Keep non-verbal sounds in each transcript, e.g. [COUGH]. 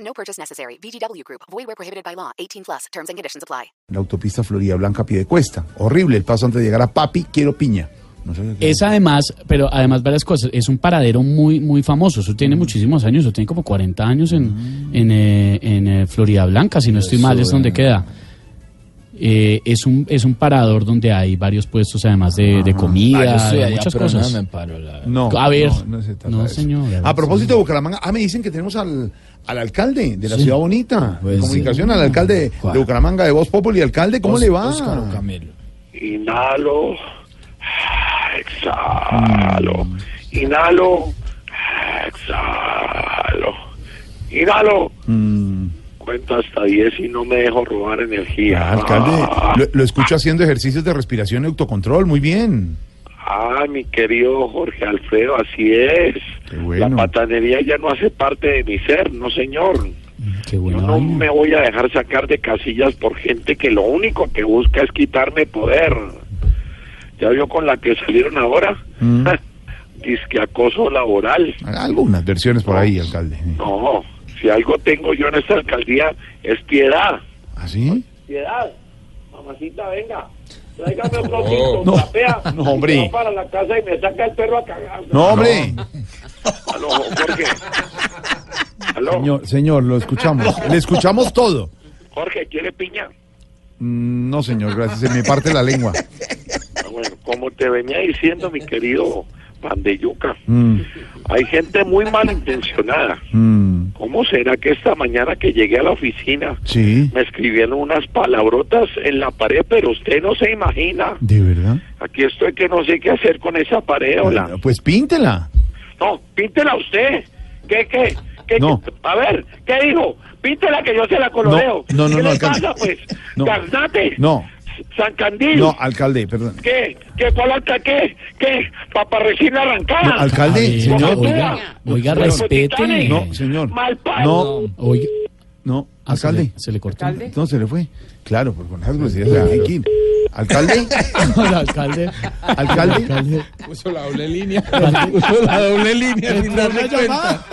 No purchase necessary. VGW Group. Void where prohibited by law. 18 plus. Terms and conditions apply. La autopista Florida Blanca pie de cuesta. Horrible el paso antes de llegar a Papi, quiero piña. No sé qué- Es además, pero además varias cosas, es un paradero muy, muy famoso, eso tiene muchísimos años, eso tiene como 40 años en, en, eh, en, eh, Florida Blanca, si no estoy mal, es donde queda. Eh, es, un, es un parador donde hay varios puestos además de, de Ah, yo comida, estoy de allá, muchas pero cosas. No me paro, la verdad. No, A ver, no, no se trata no, de eso. señor. A propósito de Bucaramanga, ah, me dicen que tenemos al, al alcalde de la ciudad bonita. Pues, Comunicación sí. al alcalde de ¿Cuál? Bucaramanga de Voz Populi. Alcalde, ¿cómo Os- le va? Óscar o Camilo. Inhalo, exhalo, inhalo, exhalo, inhalo. Mm. Cuento hasta 10 y no me dejo robar energía. Ah, alcalde, lo, lo escucho haciendo ejercicios de respiración y autocontrol. Muy bien. Ah, mi querido Jorge Alfredo, así es. Qué bueno. La patanería ya no hace parte de mi ser, no señor. Qué Yo buena no vaina. me voy a dejar sacar de casillas por gente que lo único que busca es quitarme poder. ¿Ya vio con la que salieron ahora? [LAUGHS] Disque acoso laboral. Algunas versiones por ahí, alcalde. No, si algo tengo yo en esta alcaldía es piedad. ¿Así? Piedad, mamacita, venga. [LAUGHS] Tráigame otro cinco, No, [LAUGHS] trapea, no, hombre. y se va para la casa y me saca el perro a cagar. No, hombre. Aló, [LAUGHS] Jorge. Aló, Señor, señor, lo escuchamos. [LAUGHS] Le escuchamos todo. Jorge, ¿quiere piña? Mm, No, señor, gracias. Se me parte la lengua. Ah, Bueno, como te venía diciendo, mi querido Pandeyuca, Mm, hay gente muy malintencionada. mm, ¿Cómo será que esta mañana que llegué a la oficina sí, me escribieron unas palabrotas en la pared, pero usted no se imagina? de verdad. Aquí estoy que no sé qué hacer con esa pared, hola. Pues píntela. No, píntela usted. ¿Qué, qué? ¿Qué, No. qué? A ver, ¿qué dijo? Píntela que yo se la coloreo. No, no, no, ¿Qué no, le alcalde. pasa, pues? No. Gaznate. No. San Candil. No, alcalde, perdón. ¿Qué? ¿Qué? ¿Cuál alta qué? ¿Qué? ¿Papa recién arrancada? No, alcalde, Ay, señor. oiga, oiga, No, señor. respete. No, señor. Eh. Mal No, parido. Oiga, no, ah, se alcalde. le- se le cortó. No, se le fue. Claro, por con las groserías de Arlequín. [LAUGHS] Alcalde, [LAUGHS] El alcalde. alcalde. alcalde. Puso la doble línea. Puso la doble línea sin darme cuenta.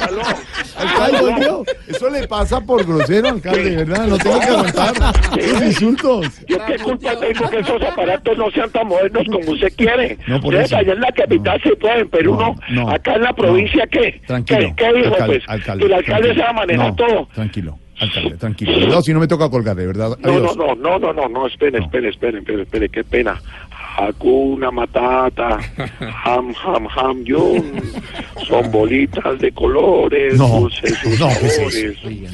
Aló. [LAUGHS] Alcalde, volvió. Eso le pasa por grosero, alcalde, ¿verdad? No tengo que aguantar los insultos. Yo qué culpa tengo que esos aparatos no sean tan modernos como usted quiere. No, por Ustedes eso. allá en la capital No. se pueden, pero No, no, no, acá en la provincia, no. ¿qué? Tranquilo. ¿Qué, qué dijo, alcalde, pues? Que el alcalde tranquilo. se va a manejar No, todo. Tranquilo, alcalde, tranquilo. No, si no me toca colgar, de verdad. No, no, Adiós. no, no, no, no, no, espere, espere, espere, espere, espere, qué pena. [LAUGHS] Hakuna Matata, ham, ham, ham, yum, son bolitas de colores, No, dulces, sus no, ¿qué es eso? sabores.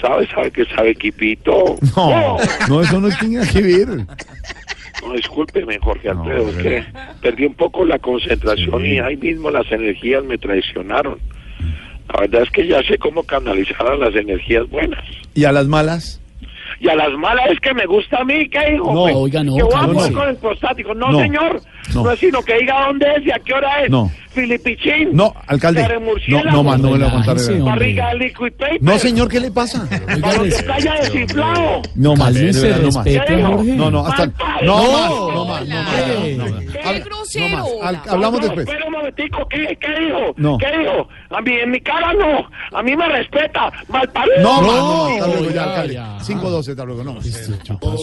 ¿Sabe, sabe que sabe, Quipito? No, no, eso no tiene nada que ver. No, discúlpeme, Jorge No, Alfredo, es de que perdí un poco la concentración Sí. y ahí mismo las energías me traicionaron. La verdad es que ya sé cómo canalizar a las energías buenas. ¿Y a las malas? Y a las malas es que me gusta a mí, ¿qué digo? No, oiga, no, Que voy a cálmese. jugar con el prostático. No, No, señor. no. No. es sino que diga dónde es y a qué hora es. No. Filipichín. No, alcalde. Cara de No, murciélago. no más, no me lo voy a contar. Relájese, de verdad. hombre. Barriga de liquid paper. No, señor, ¿qué le [LAUGHS] pasa? pues, Para que se haya desinflado. No más, de Cálmese, verdad, no más. respete, ¿Qué dijo? Jorge. No, no, hasta. No, no más, no más, no más. Hola. no más. Qué Habla- grosero. no más, al- No, Hablamos No, no, después. Espera un momentico, ¿qué, qué dijo? No. ¿Qué dijo? A mí, en mi cara no. A mí me respeta. Malparido. No, más, no, más, hasta No, luego, ya, ya, alcalde. ya. 5-12, hasta luego, no.